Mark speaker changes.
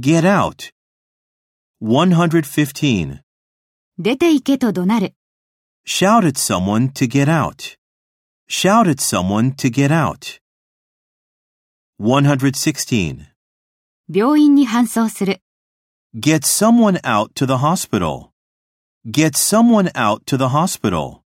Speaker 1: Get out. 115.
Speaker 2: 出て行けと怒鳴る。
Speaker 1: Shout at someone to get out. Shout at someone to get out. 116.
Speaker 2: 病院に搬送する。
Speaker 1: Get someone out to the hospital. Get someone out to the hospital.